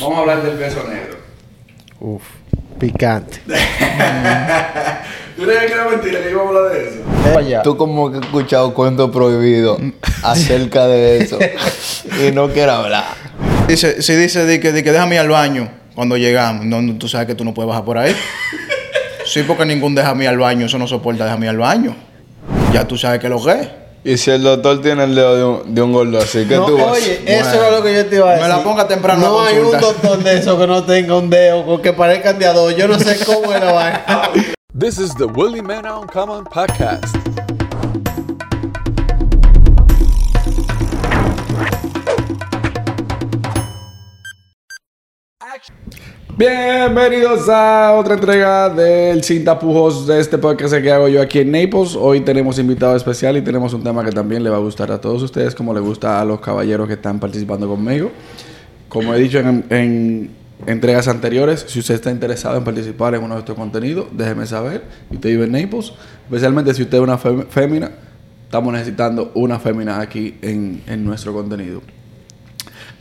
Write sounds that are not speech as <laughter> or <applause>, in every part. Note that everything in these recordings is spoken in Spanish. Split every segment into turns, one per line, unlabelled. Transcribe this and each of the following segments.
Vamos a hablar del beso negro.
Uf, picante.
¿Tú crees que era mentira que íbamos a hablar de eso?
Vaya. Tú como que has escuchado cuento prohibido acerca de eso y no quieres hablar.
Dice, si dice de que, de que déjame ir al baño cuando llegamos, no, no, tú sabes que tú no puedes bajar por ahí. Sí, porque ningún déjame ir al baño, eso no soporta déjame ir al baño. Ya tú sabes que lo que es.
<laughs> Y si el doctor tiene el dedo de un, de un gordo así, ¿qué
No,
tú vas?
oye, eso era lo que yo te iba a
Me
decir.
la ponga temprano
No
a
hay un
consulta.
doctor de eso que no tenga un dedo, con que parezca de a dos. Yo no sé cómo era vaina.
<laughs>
This is the Willie Man on Common podcast.
Bienvenidos a otra entrega del Sin Tapujos de este podcast que hago yo aquí en Naples. Hoy tenemos invitado especial y tenemos un tema que también le va a gustar a todos ustedes, como le gusta a los caballeros que están participando conmigo. Como he dicho en, en entregas anteriores, si usted está interesado en participar en uno de estos contenidos, déjeme saber. Y usted vive en Naples, especialmente si usted es una fem- fémina, estamos necesitando una fémina aquí en, en nuestro contenido.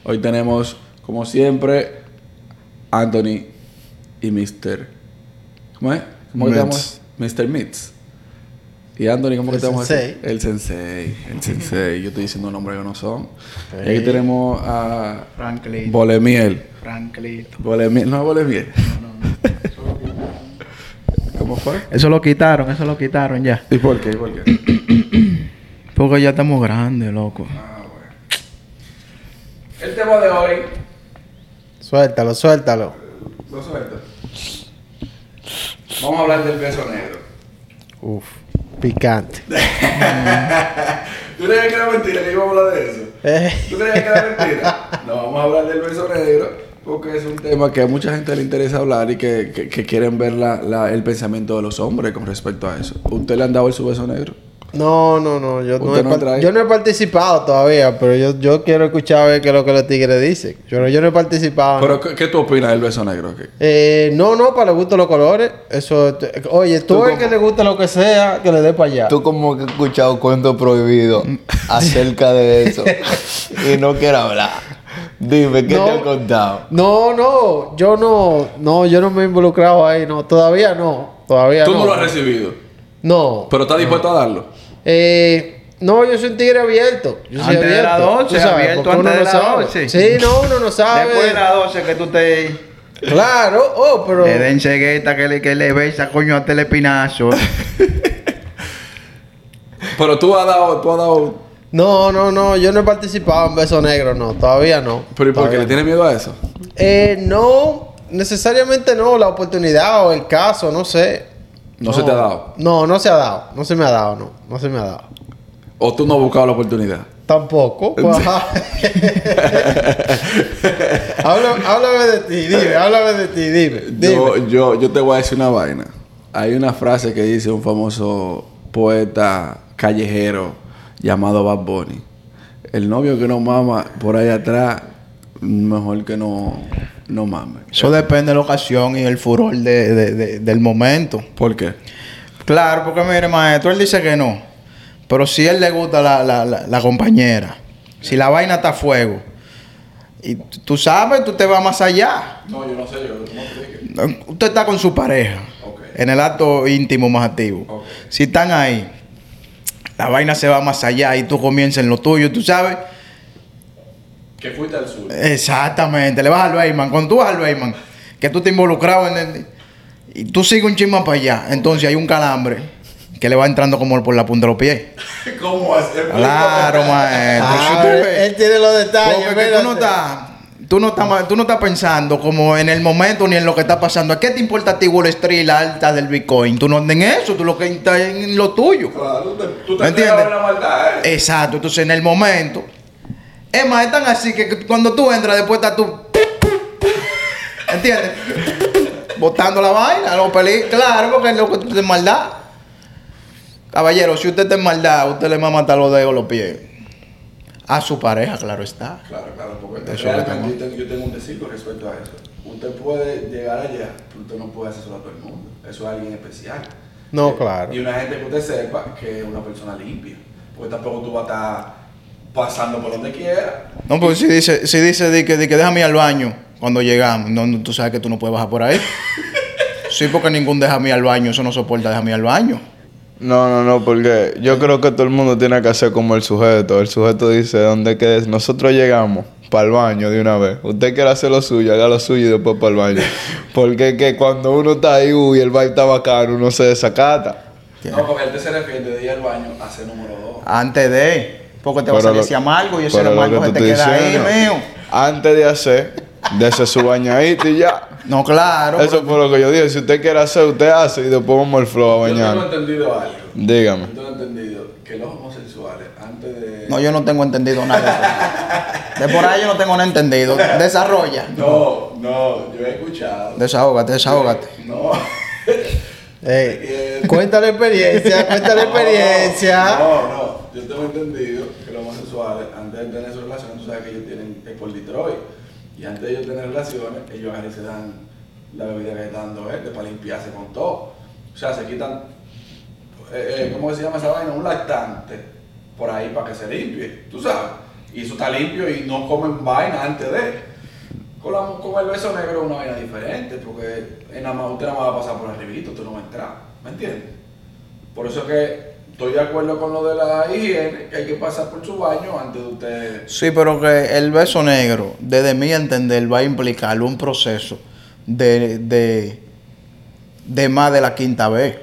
Hoy tenemos, como siempre, Anthony y Mr. ¿Cómo es? ¿Cómo que te llamas?
Mitz.
Mr. Mitz. Y Anthony, ¿cómo que
El
te llamas?
sensei.
El sensei. El sensei. Yo estoy diciendo nombres que no son. Y aquí tenemos a
Franklin.
Bolemiel.
Franklin.
Bolemiel. No, Bolemiel. ¿Cómo fue?
Eso lo quitaron, eso lo quitaron ya.
¿Y por qué? ¿Y por qué?
Porque ya estamos grandes, loco.
El tema de hoy.
Suéltalo, suéltalo.
Lo suelto. Vamos a hablar del beso negro.
Uf, picante.
¿Tú crees que era mentira que íbamos a hablar de eso?
Eh,
¿Tú crees que era mentira? No, vamos a hablar del beso negro porque es un tema que a mucha gente le interesa hablar y que, que- que quieren ver la- la- el pensamiento de los hombres con respecto a eso. ¿Usted le han dado el su beso negro?
No, no, no. Yo no,
Usted
he,
no
par-
trae.
yo no he participado todavía, pero yo, yo quiero escuchar a ver qué es lo que los tigres dicen. Yo no, yo no he participado.
¿Pero qué, qué tú opinas del beso negro? ¿Qué-
Eh, no, no, para le gustan los colores. Eso, t- oye, tú, el que le guste lo que sea, que le dé para allá.
Tú como que has escuchado cuento <laughs> prohibido acerca de eso y no quieres hablar. Dime, ¿qué
No.
te han contado?
No, no, yo no, no, yo no me he involucrado ahí, no, todavía no, todavía
Tú
no.
no lo has recibido,
No,
pero estás dispuesto a darlo.
Eh, no, yo soy un tigre abierto. Yo soy
Antes de
abierto,
las
tú
doce,
sabes,
abierto
porque
antes
uno
de
no
las
sabe.
doce.
Sí, no, uno no sabe.
Después de las 12 que tú te...
Claro, oh, pero.
Le den cegueta que le, que le besa coño a telepinazo.
Pero tú has dado, tú has dado.
No, no, no, yo no he participado en Beso Negro, no, todavía no.
Pero ¿y por qué
todavía
le tienes miedo a eso?
no. Eh, no, necesariamente no, la oportunidad o el caso, no sé.
No, se te ha dado.
No, no se ha dado, no se me ha dado, no, no se me ha dado.
O tú no has buscado la oportunidad. <laughs>
Tampoco. pues, ajá. <laughs> Habla- háblame de ti, dime, háblame de ti, dime. dime.
Yo, yo, yo te voy a decir una vaina. Hay una frase que dice un famoso poeta callejero llamado Bad Bunny. El novio que no mama por ahí atrás, mejor que no, no mame.
Eso depende de la ocasión y el furor de- de- de- del momento.
¿Por qué?
Claro, porque mire, maestro, él dice que no. Pero si él le gusta la, la- la- la compañera, si la vaina está a fuego, y t- tú sabes, tú te vas más allá.
No, yo no sé, yo no sé.
Usted está con su pareja,
Ok.
en el acto íntimo más activo.
Ok.
Si están ahí, la vaina se va más allá y tú comienzas en lo tuyo, tú sabes.
Que fuiste al sur.
Exactamente, le vas al Bayman. Cuando tú vas al Bayman, que tú te involucrado en el- y tú sigues un chisme para allá, entonces hay un calambre que le va entrando como por la punta de los pies.
¿Cómo hacer?
Claro, maestro.
Ah,
Si tú
él,
ves-
él tiene los detalles.
porque que tú no
espérate.
estás. Tú no, estás, ma- tú no estás pensando como en el momento ni en lo que está pasando. ¿A qué te importa a ti Wall Street, la alta del Bitcoin? Tú no andas en eso, tú lo que estás en lo tuyo.
Claro, tú
te ¿Me entiendes? entregas a la
maldad. ¿eh?
Exacto, entonces en el momento. Es más, es tan así que cuando tú entras, después estás tú. ¿Entiendes? Botando la vaina, los peligros. Claro, porque es lo que tú te maldad. Caballero, si usted está en maldad, usted le va a matar los dedos los pies. A su pareja, claro está.
Claro, claro, porque
Eso es lo que
realmente yo tengo, yo tengo un decir con respecto a eso. Usted puede llegar allá, pero usted no puede asesorar a todo el mundo. Eso es alguien especial.
No,
Eh,
claro.
Y una gente que usted sepa que es una persona limpia. Porque tampoco tú vas a estar pasando por donde quiera.
pues No, porque si dice, si dice de que, de que déjame ir al baño Cuando llegamos, no, no, tú sabes que tú no puedes bajar por ahí. sí, porque ningún deja a mí al baño, eso no soporta deja a mí al baño.
No, no, no, porque yo creo que todo el mundo tiene que hacer como el sujeto. El sujeto dice, ¿dónde quedes? Nosotros llegamos para el baño de una vez. Usted quiere hacer lo suyo, haga lo suyo y después para el baño. Porque es que cuando uno está ahí, uy, el baile está bacano, uno se desacata.
No, porque él te se refiere de ir al baño a ser número dos.
Antes de, porque pues te va
Pero
a salir
lo-
ese amargo y ese
pero lo
amargo
que
se
te
te
estoy
queda ahí,
diciendo.
mío.
Antes de hacer, dése su bañadito y ya.
<laughs> No, claro.
Eso fue lo que yo dije. Si usted quiere hacer, usted hace y después vamos al flow a
Yo tengo
bañar.
entendido algo.
Dígame.
Yo tengo entendido que los homosexuales, antes de.
No, yo no tengo entendido nada. De, eso. de por ahí yo no tengo nada entendido. Desarrolla.
No, no, yo he escuchado.
Desahógate, desahógate.
No. <laughs>
Ey, cuenta la experiencia, <laughs> cuenta la experiencia.
No, no. Yo tengo entendido que los homosexuales, antes de tener su relación, tú sabes que ellos tienen. Es por Detroit. Y antes de ellos tener relaciones, ellos agarran y se dan la bebida que le está dando este para limpiarse con todo. O sea, se quitan. eh, eh, ¿Cómo se llama esa vaina? Un lactante por ahí para que se limpie, tú sabes. Y eso está limpio y no comen vaina antes de. Con, la- con el beso negro es una vaina diferente, porque en nada más, usted nada más va a pasar por arribito, tú no vas a entrar. ¿Me entiendes? Por eso es que estoy de acuerdo con lo de la higiene, que hay que pasar por su baño antes de usted.
Sí, pero que el beso negro, desde mi entender, va a implicar un proceso de, de, de más de la quinta vez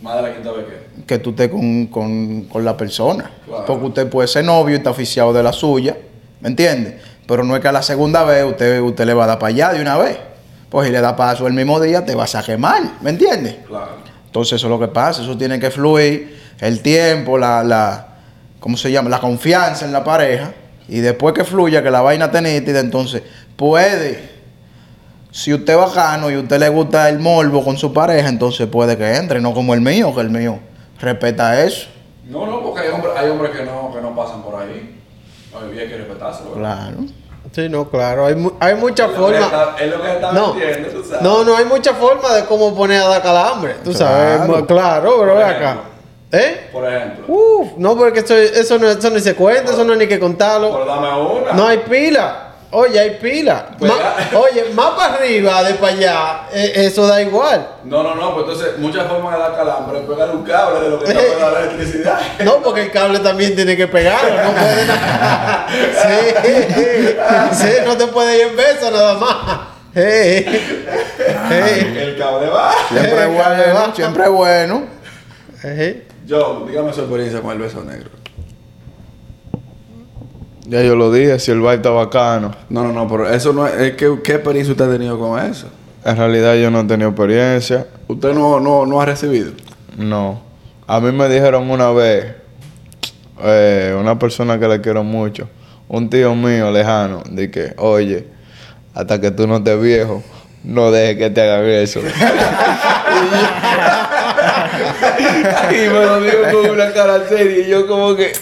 Madre la quinta vez que.
que tú estés con, con- con la persona.
Claro.
Porque usted puede ser novio y está oficiado de la suya, ¿me entiende? Pero no es que a la segunda vez usted, usted le va a dar para allá de una vez. Pues si le da paso el mismo día, te vas a quemar, ¿me entiendes?
Claro.
Entonces eso es lo que pasa, eso tiene que fluir, el tiempo, la, la ¿cómo se llama? La confianza en la pareja. Y después que fluya, que la vaina esté nítida, entonces puede, si usted es bacano y usted le gusta el morbo con su pareja, entonces puede que entre, no como el mío, que el mío respeta eso.
No, no, porque hay hombres, hay hombres que, no, que no pasan por ahí. No, y hay que respetárselo. ¿verdad?
Claro.
Sí, no, claro, hay, mu- hay muchas
Es lo que
formas.
está- Es lo que está
No.
metiendo, tú sabes.
No, no, hay muchas formas de cómo poner a dar calambre, tú sabes.
Claro.
mu- Claro, bro,
Por
ve acá. ¿Eh?
Por ejemplo.
Uf, no, porque eso, eso, no, eso ni se cuenta, eso no hay ni que contarlo.
Pero dame una.
No hay pila. Oye, hay pila.
Pues
Ma-
ya.
oye, más para arriba, de para allá, eh, eso da igual.
No, no, no, pues entonces muchas formas de dar calambre. Pegar un cable de lo que está pegado a la electricidad.
Eh. No, porque el cable también tiene que pegarlo, no puede nada. Sí, sí, no te puede ir en beso nada más. Hey, hey,
El cable va.
Siempre
Eh,
es bueno,
caramba.
siempre es bueno.
hey.
Yo, dígame su experiencia con el beso negro.
Ya yo lo dije, si el baile está bacano.
No, no, no, pero eso no es. es que, ¿Qué experiencia usted ha tenido con eso?
En realidad yo no he tenido experiencia.
Usted no, no, no ha
<laughs>
recibido.
No. A mí me dijeron una vez, eh, una persona que le quiero mucho, un tío mío lejano, de que, oye, hasta que tú no estés viejo, no dejes que te hagan eso. y me lo dijo con una cara seria y yo como que...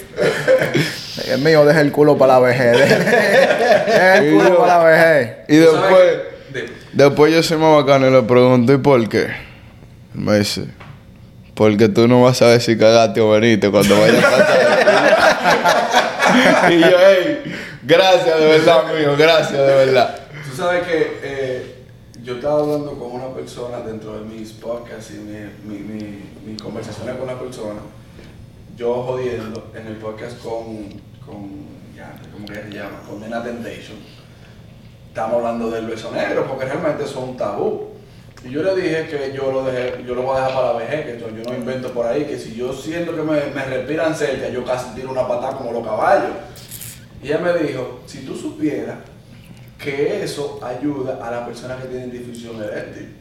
El mío deja el culo para la vejez. <laughs> Deja el culo para la vejez.
Y
¿Tú sabes
después,
qué? Dime.
después yo soy más bacano y le pregunto, ¿y por qué? Me dice, porque tú no vas a ver si cagaste o veniste cuando vayas a pasar. <laughs> y yo, hey, gracias de verdad, amigo, gracias de verdad.
Tú sabes que eh, yo estaba hablando con una persona dentro de mis podcasts y mi- mi- mi- mis conversaciones con la persona. Yo jodiendo en el podcast con, con ya, ¿cómo que se llama? Con Nena Temptation. Estamos hablando del beso negro porque realmente eso es un tabú. Y yo le dije que yo lo dejé, yo lo voy a dejar para la vejez, que yo, yo no invento por ahí, que si yo siento que me, me respiran cerca, yo casi tiro una patada como los caballos. Y ella me dijo, si tú supieras que eso ayuda a las personas que tienen difusión eréctil.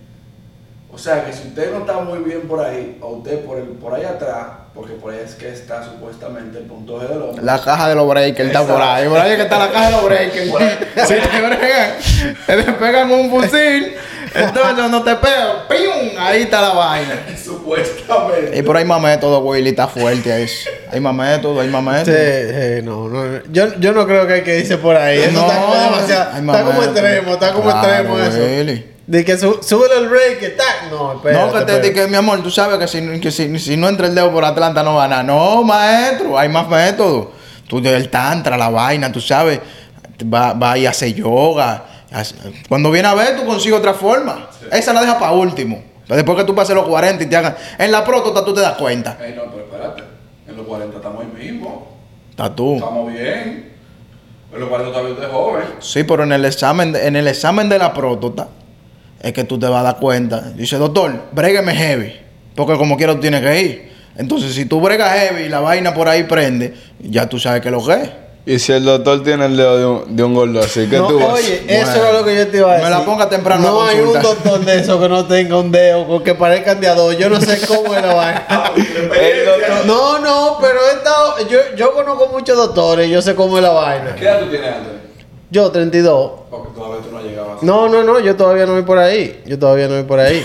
O sea que si usted no está muy bien por ahí, o usted por, el, por ahí atrás, porque por ahí es que está supuestamente el punto G del hombre.
La caja de los breakers está por ahí. Por ahí es que está la caja de los breakers. si te bregan, te pegan un fusil, entonces no te pegan. ¡Pium! Ahí está la vaina.
<laughs> Supuestamente.
Y por ahí más método, Willy, está fuerte ahí. Hay más método, hay más
Sí,
método.
sí, no, no, yo, yo no creo que hay que irse por ahí. Eso está como demasiado.
hay más
Está como
método.
extremo, está como
Claro,
extremo eso.
Willy.
De que su, súbele el break, que está. No, espérate.
No, que te
espérate.
que mi amor, tú sabes que si, que si, si no entra el dedo por Atlanta no gana. No, maestro, hay más métodos. Tú, el tantra, la vaina, tú sabes. va, va y hace yoga. hace- Cuando viene a ver, tú consigues otra forma. Esa la dejas para último. Después que tú pases los 40 y te hagan. En la próstata tú te das cuenta.
Ey, no, pero espérate. En los 40 estamos ahí mismo.
Tatú.
Estamos bien. En los 40 todavía usted es joven.
Sí, pero en el examen, en el examen de la próstata es que tú te vas a dar cuenta. Dice, doctor, brégueme heavy, porque como quiera tú tienes que ir. Entonces, si tú bregas heavy y la vaina por ahí prende, ya tú sabes que lo que es.
Y si el doctor tiene el dedo de un, de un gordo así, ¿qué
No,
tú vas?
oye, eso es lo que yo te iba a
Me
decir.
la ponga temprano
No
a
hay un
consulta.
doctor de eso que no tenga un dedo, con que parezcan de a dos. Yo no sé cómo es la
<laughs>
vaina.
El doctor-
No, no, pero he estado. Yo, yo conozco muchos doctores, yo sé cómo es la vaina.
¿Qué edad tú tienes, Anthony?
Yo, 32.
Porque todavía tú no llegabas.
No, no, no, yo todavía no voy por ahí. Yo todavía no voy por ahí.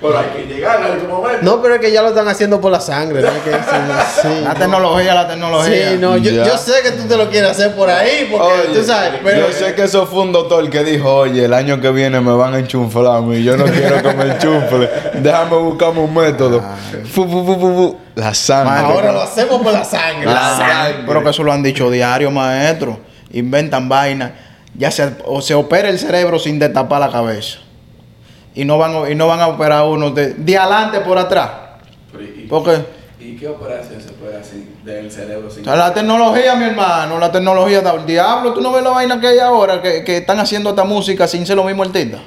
Pero hay que llegar en algún momento.
No, pero es que ya lo están haciendo por la sangre. No hay que decirlo así.
La tecnología, la tecnología.
Sí, no, yo,
Ya.
yo sé que tú te lo quieres hacer por ahí, porque
Oye,
tú sabes, pero.
yo sé que eso fue un doctor que dijo, oye, el año que viene me van a enchuflar y
<laughs>
yo no quiero que me enchufle. Déjame buscarme un método. Fu, fu, fu, fu, fu. La sangre.
Ah, Ahora lo hacemos por la sangre.
La sangre.
Ah, Pero que eso lo han dicho diario, maestro. Inventan vainas. Ya se, o se opera el cerebro sin destapar la cabeza. Y no van, a- y no van a operar uno de, de adelante por atrás.
Pero ¿y- y-
¿Por qué?
¿Y qué operación se puede hacer del cerebro sin
O sea, la tecnología, mi hermano, la tecnología da el diablo. Tú no ves la vaina que hay ahora, que, que están haciendo esta música sin ser lo mismo artista.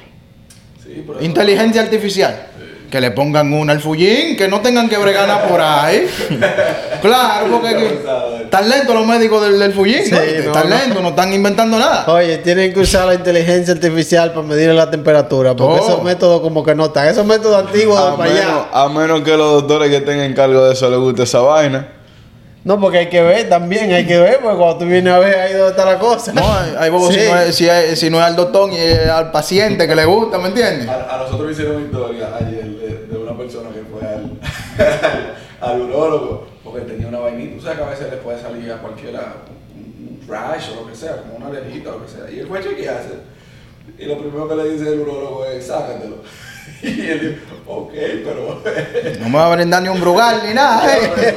Sí, pero
Inteligencia artificial. Que le pongan una al fullín, que no tengan que bregar nada por
<laughs>
ahí. claro, porque que- están lentos los médicos del, del fullín.
Sí,
¿no?
no,
Están
no. Oh.
lentos, no están inventando nada.
Oye, tienen que usar la inteligencia artificial para medir la temperatura, porque
Oh.
esos métodos como que no están. Esos métodos antiguos
A
de para
menos,
allá.
a menos que los doctores que estén en cargo de eso les guste esa vaina.
No, porque hay que ver también, hay que ver, porque cuando tú vienes a ver ahí dónde está la cosa.
No, hay- hay bobos
Sí.
si, no es, si es- si no es al doctor y es al paciente que le gusta, ¿me entiendes?
A, a nosotros me hicieron una historia ayer de, de una persona que fue al, <laughs> al, urólogo porque tenía una vainita. Tú sabes que a veces le puede salir a cualquiera un, un rash o lo que sea, como una alergita o lo que sea. Y él fue a chequearse. Y lo primero que le dice el urólogo es: sácatelo. <laughs> Y él dijo: ok, pero. <laughs>
No me va a brindar ni un brugal ni
<laughs>
nada. ¿eh?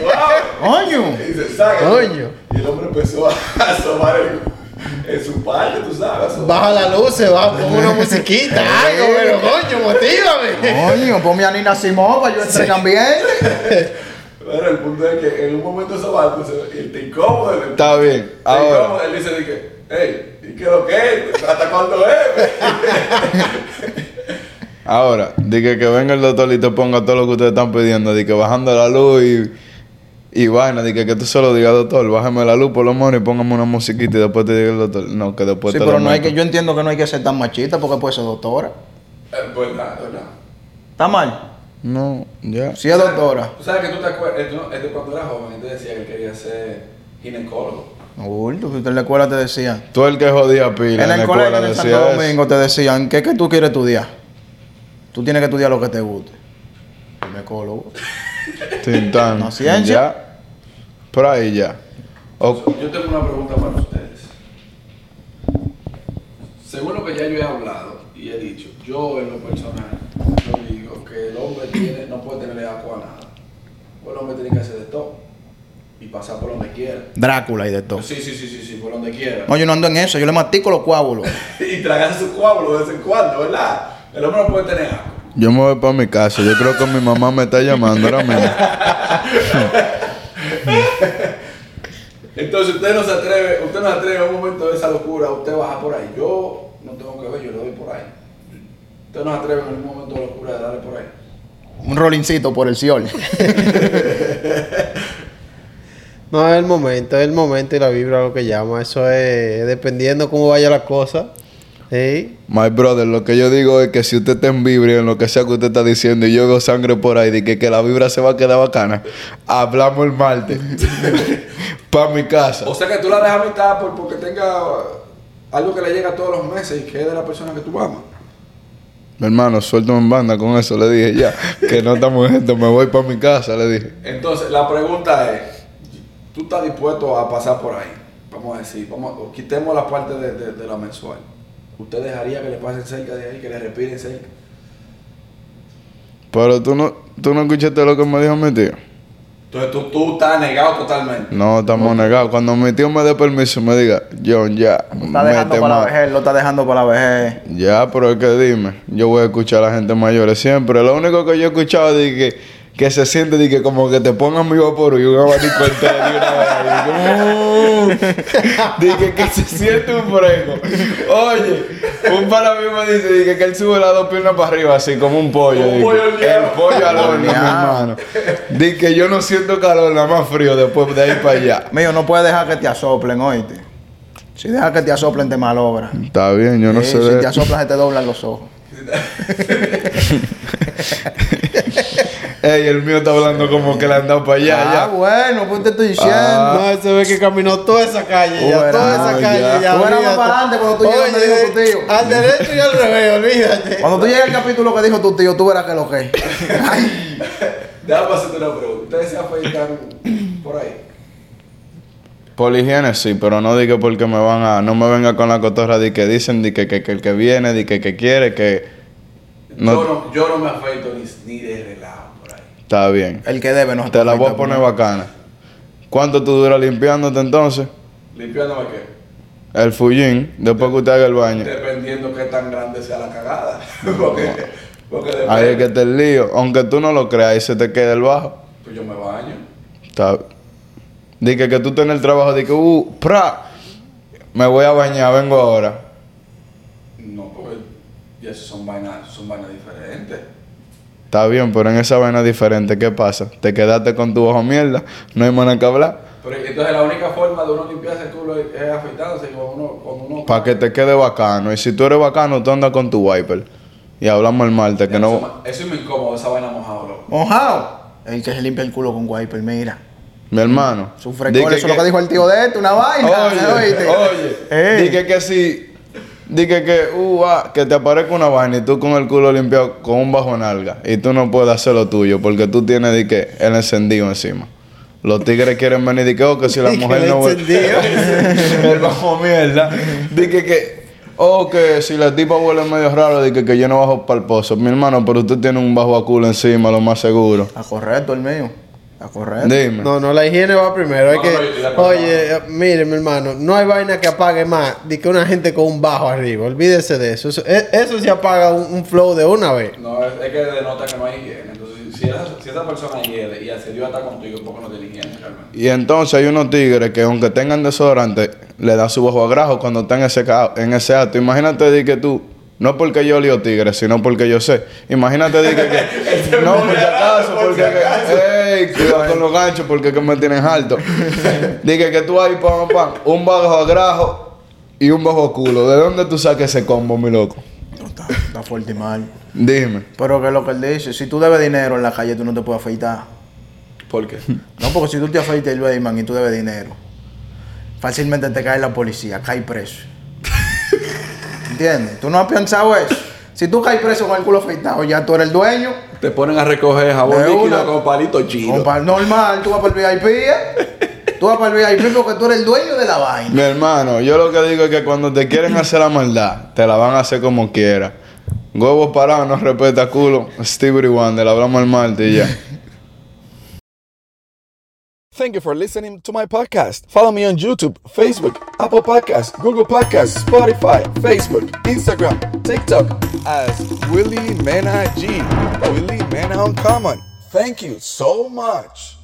Coño.
Y dice: sácatelo.
Coño.
Y el hombre empezó a <laughs> asomar el- en su parte, tú sabes. asomar.
Baja la luz, se va, pon una musiquita,
<laughs>
algo, pero coño, motívame.
Coño, ponme a Nina Simón para yo entre ambiente.
Pero el punto es que en un momento eso va, entonces, él te incomoda. le-
Está bien,
Te
ahora.
incomoda, él dice, de que, hey, ¿y qué es lo que es? ¿Hasta cuándo es? <laughs>
Ahora, di que, que venga el doctor y te ponga todo lo que ustedes están pidiendo, di que bajando la luz y, y vaina, di que, que tú solo digas, doctor, bájame la luz por lo menos y póngame una musiquita y después te diga el doctor. No, que después
Sí,
Pues te
pero
lo
no hay
meto.
que, yo entiendo que no hay que ser tan machista porque puede ser doctora.
Eh, Pues nada, pues nada.
¿Está mal?
No, ya.
Si es doctora.
Tú sabes que tú te acuerdas, eh, tú no- este, cuando era joven, él te decía que quería ser ginecólogo.
No, bulto, que usted en la escuela te decían.
Tú el que jodía pila
En
en la
el
escuela
colegio de
decía
Santo
eso.
Domingo te decían, ¿qué es que tú quieres estudiar? Tú tienes que estudiar lo que te guste. Ginecólogo.
Tintán.
No, ciencia.
Ya. Por ahí ya. O-
Yo tengo una pregunta para ustedes. Según lo que ya yo he hablado y he dicho, yo en lo personal, yo digo que el hombre tiene, no puede tenerle asco a nada. Pues El hombre tiene que hacer de todo y pasar por donde quiera.
Drácula y de todo.
Sí, sí, sí, sí, sí, por donde quiera.
No, yo no ando en eso, yo le mastico los coágulos.
<laughs> Y tragarse su coágulo de vez en cuando, ¿verdad? El hombre no puede tener asco.
yo me voy para mi casa. Yo creo que mi mamá me está llamando ahora mismo.
Entonces usted no se atreve, usted no se atreve a un momento de esa locura, usted baja por ahí. Yo no tengo que ver, yo le doy por ahí. Usted no se atreve en un momento de locura de darle por ahí.
Un rolincito por el ciol.
No, es el momento, es el momento y la vibra lo que llama. Eso es dependiendo cómo vaya la cosa. ¿Sí?
My brother, lo que yo digo es que si usted está en vibra en lo que sea que usted está diciendo y yo veo sangre por ahí, de que, que la vibra se va a quedar bacana, hablamos el
<laughs>
martes. para mi casa.
O sea que tú la dejas a mitad por, porque tenga algo que le llega todos los meses y que es de la persona que tú amas.
Mi hermano, suéltame en banda con eso, le dije ya. Que no estamos en esto, me voy para mi casa, le dije.
Entonces la pregunta es, ¿tú estás dispuesto a pasar por ahí? Vamos a decir, vamos, o quitemos la parte de, de- de la mensual. ¿Usted dejaría que le pasen cerca de ahí, que le respiren cerca?
Pero tú no, tú no escuchaste lo que me dijo mi tío.
Entonces tú, tú estás negado totalmente.
No, estamos negados. Cuando mi tío me dé permiso, me diga, John, ya,
Está dejando
mete
para la
mano".
vejez, lo está dejando para la vejez.
Ya, pero es que dime, yo voy a escuchar a la gente mayor siempre. Lo único que yo he escuchado es que, que se siente de que como que te pongan mi vapor y un abanico entero de <laughs> una vez. Dije que, que se siente un fresco. Oye, un para mí me dice dije que él sube las dos piernas para arriba, así como un pollo.
Un
dije,
pollo
el
horneado.
pollo al horno, mi hermano. Dije que yo no siento calor, nada más frío después de ahí para allá.
Mío, no puedes dejar que te asoplen, oíste. Si dejas que te asoplen, te malobra.
Está bien, yo no
Eh,
sé.
si
de-
te asoplan, se te doblan los ojos.
Ey, el mío está hablando como que le han dado para allá. ya.
ah, bueno, pues te estoy diciendo.
Ah.
No, se ve que caminó toda esa calle, ya,
Fuera,
toda esa
no,
calle,
ya.
ya.
Fuera
olvídate.
más
eh,
para adelante cuando tú llegas donde dijo tu tío.
Al derecho y al revés, olvídate.
Cuando tú llegues al capítulo que dijo tu tío, tú verás que lo que es.
Déjame hacerte una pregunta. ¿Ustedes se afeitan por ahí?
Por higiene sí, pero no diga porque me van a... No me venga con la cotorra de que dicen, de que, que, que el que viene, de que, que quiere, que... No,
Yo, no, yo no me afeito ni, ni de relajo por ahí.
está bien.
El que debe
Ah,
no
Te la voy a poner bacana. ¿Cuánto tú duras limpiándote entonces?
Limpiándome qué?
El fullín, después que usted haga el baño.
Dependiendo qué tan grande sea la
<laughs>
cagada. porque, porque después
Ahí es que te el lío. Aunque tú no lo creas, ahí se te queda el bajo.
pues yo me baño.
Está... Di que, que tú tenés el trabajo, de que, uh, pra, me voy a bañar, vengo ahora.
No, porque ya eso son vainas, son vainas diferentes.
Está bien, pero en esa vaina diferente, ¿qué pasa? Te quedaste con tu ojo mierda, no hay manera que hablar.
Pero entonces la única forma de uno limpiarse el culo es es afeitándose cuando uno, cuando uno
Para que te quede bacano. Y si tú eres bacano, tú andas con tu wiper. Y hablamos el martes, que
eso,
no...
me- eso es muy incómodo, esa vaina mojada, bro.
Mojado. El que se limpia el culo con wiper, mira.
Mi hermano.
Su
di
frescor, eso es lo que dijo el tío de este, una vaina.
Oye,
¿oíste?
oye.
Ey.
Di que, que si... Di que, que, uh, ah, que te aparezca una vaina y tú con el culo limpiado con un bajo nalga. Y tú no puedes hacer lo tuyo porque tú tienes, di que, el encendido encima. Los tigres quieren venir y que, oh, que si la
Di que
mujer
el
no... <laughs>
encendido.
el bajo mierda. Dije que, oh, que si la tipa huele medio raro, dije que yo no bajo para el pozo. Mi hermano, pero usted tiene un bajo a culo encima, lo más seguro.
Está correcto el mío. Está correcto.
Dime.
No, no, la higiene va primero. Hay
No,
que,
no, yo estoy de acuerdo.
oye, eh, mire, mi hermano, no hay vaina que apague más de que una gente con un bajo arriba. Olvídese de eso. Eso, e- eso se apaga un, un flow de una vez.
No, es, es que denota que no hay higiene. Entonces, si esa, si esa persona hiere y accedió hasta contigo, un poco no tiene higiene realmente.
Y entonces hay unos tigres que aunque tengan desodorante, le dan su bajo a grajo cuando están en ese, ca- en ese acto. Imagínate, di que tú, no porque yo lío tigres, sino porque yo sé. Imagínate, di <laughs> que, que no, por si acaso, porque que, ey, cuidado con los ganchos, porque que me tienen <laughs> alto. Dije que tú ahí, pam, pam, un bajo a grajo y un bajo a culo. ¿De dónde tú sacas ese combo, mi loco?
No, está, está fuerte y mal.
Dime.
Pero que lo que él dice, si tú debes dinero en la calle, tú no te puedes afeitar.
¿Por qué?
No, porque si tú te afeitas el Bayman y tú debes dinero, fácilmente te cae la policía, cae preso. ¿Entiendes? Tú no has pensado eso. Si tú caes preso con el culo afeitado, ya tú eres el dueño.
Te ponen a recoger jabón
De
líquido
una.
con palito chino.
Compa- normal, tú vas para el VIP, ¿eh? Tú vas para el VIP porque tú eres el dueño de la vaina.
Mi hermano, yo lo que digo es que cuando te quieren hacer la maldad, te la van a hacer como quiera. Huevos parados, no respeta culo. Stevie Wonder, hablamos el martes y ya.
Thank you for listening to my podcast. Follow me on YouTube, Facebook, Apple Podcasts, Google Podcasts, Spotify, Facebook, Instagram, TikTok as Willie Mena G. Willie Mena Uncommon. Thank you so much.